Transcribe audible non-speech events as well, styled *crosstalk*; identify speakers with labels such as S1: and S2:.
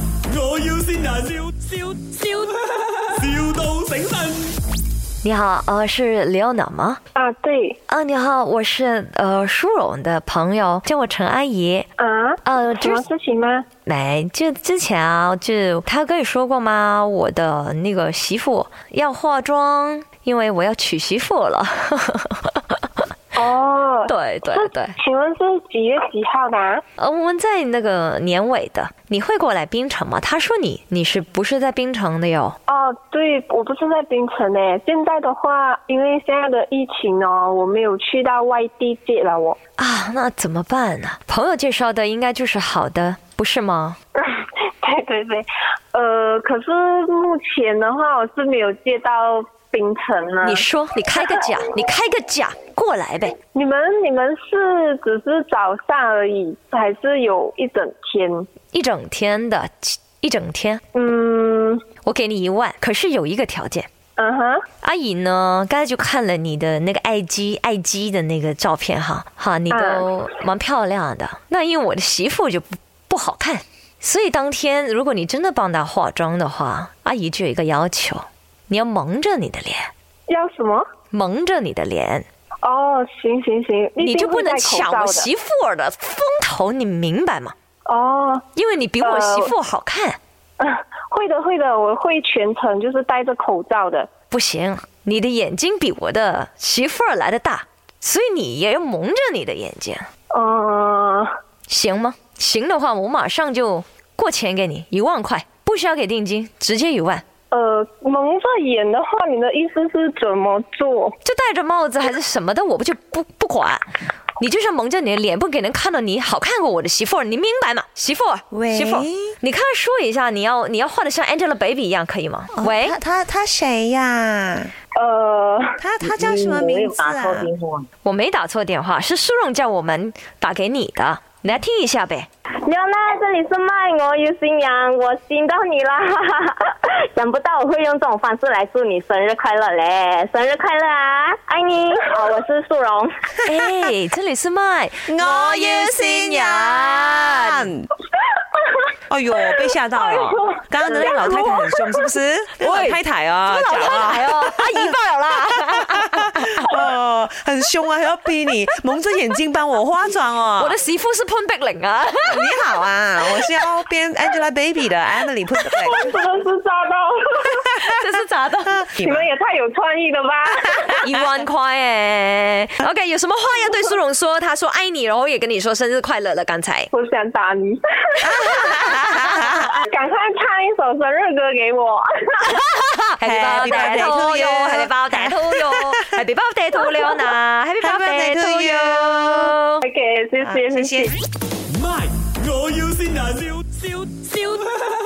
S1: 要先人，笑笑笑，,笑到醒神。
S2: 你好，呃，是李奥娜吗？
S3: 啊，对
S2: 啊，你好，我是呃舒荣的朋友，叫我陈阿姨。
S3: 啊，
S2: 呃，
S3: 什
S2: 之
S3: 么事情吗？
S2: 没就之前啊，就他跟你说过吗？我的那个媳妇要化妆，因为我要娶媳妇了。 *laughs*
S3: 哦，
S2: 对对
S3: 是
S2: 对，
S3: 请问是几月几号的、啊？
S2: 呃，我们在那个年尾的，你会过来槟城吗？他说你你是不是在槟城的哟？
S3: 哦，对，我不是在槟城诶。现在的话，因为现在的疫情哦，我没有去到外地界了我。 *laughs*
S2: 啊，那怎么办呢、朋友介绍的应该就是好的，不是吗？
S3: 对对对，呃，可是目前的话，我是没有接到槟城啊呢。
S2: 你说，你开个假，你开个假过来呗。
S3: 你们你们是只是早上而已，还是有一整天？
S2: 一整天的，一整天，
S3: 嗯
S2: 我给你一万，可是有一个条件。
S3: 嗯哼，
S2: 阿姨呢，刚才就看了你的那个爱姬爱姬的那个照片哈，哈，你
S3: 嗯
S2: 都蛮漂亮的。那因为我的媳妇就不不好看，所以当天如果你真的帮她化妆的话，阿姨就有一个要求，你要蒙着你的脸，
S3: 要什么？
S2: 蒙着你的脸，
S3: 哦，行行行，一
S2: 你就
S3: 定
S2: 不
S3: 会
S2: 能
S3: 戴口
S2: 抢
S3: 罩
S2: 我
S3: 的
S2: 媳妇儿的风头，你明白吗？
S3: 哦， *laughs*
S2: 因为你比我媳妇儿好看。
S3: 会的会的，我会全程就是戴着口罩的。
S2: 不行，你的眼睛比我的媳妇儿来的大，所以你也要蒙着你的眼睛，
S3: 嗯、
S2: 行吗？行的话，我马上就过钱给你一万块，不需要给定金，直接一万。
S3: 呃，蒙着眼的话，你的意思是怎么做？
S2: 就戴着帽子还是什么的，我不就不不管。你就是蒙着你的脸，不给人看到你好看过我的媳妇儿，你明白吗？媳妇儿，
S4: 喂
S2: 媳妇儿，你看说一下，你要你要画的像 Angelababy 一样，可以吗？
S4: 哦
S2: 喂，
S4: 他他他谁呀？
S3: 呃，
S4: 他他叫什么名字啊？
S2: 我没打错电话，是苏荣叫我们打给你的，你来听一下呗。
S5: 牛奶，这里是麦，我有新娘，我心到你啦！ *laughs* 想不到我会用这种方式来祝你生日快乐嘞，生日快乐啊，爱你！哦，我是素荣。
S2: 哎，这里是麦，
S4: 我要新人。 *laughs* 哎呦，被吓到了！刚刚的那个老太太很凶，是不是？我老太太啊，
S2: 老
S4: 讲啊
S2: 太太哦，阿姨罢了啦。
S4: 哦，很凶啊，还要逼你蒙着眼睛帮我化妆哦。
S2: 我的媳妇是潘碧玲啊， *laughs*
S4: 你好啊，我是要编 Angelababy 的 Emily p u t b a
S3: 真的是炸到，
S2: 这是咋的？
S4: c
S3: 你们也太有创意了吧！ *laughs*
S2: 一万块哎，OK，有什么话要对苏荣说？他说爱你，然后也跟你说生日快乐了。刚才
S3: 我想打你， *laughs* 赶快唱一首生日歌给我。
S2: 啊
S3: *laughs*
S2: Happy birthday to you，Happy birthday to you，Happy birthday to Leona，Happy birthday to you。
S3: 啊
S4: 啊
S3: OK，谢谢，
S4: 谢谢。
S1: 卖，我要先人，笑笑笑，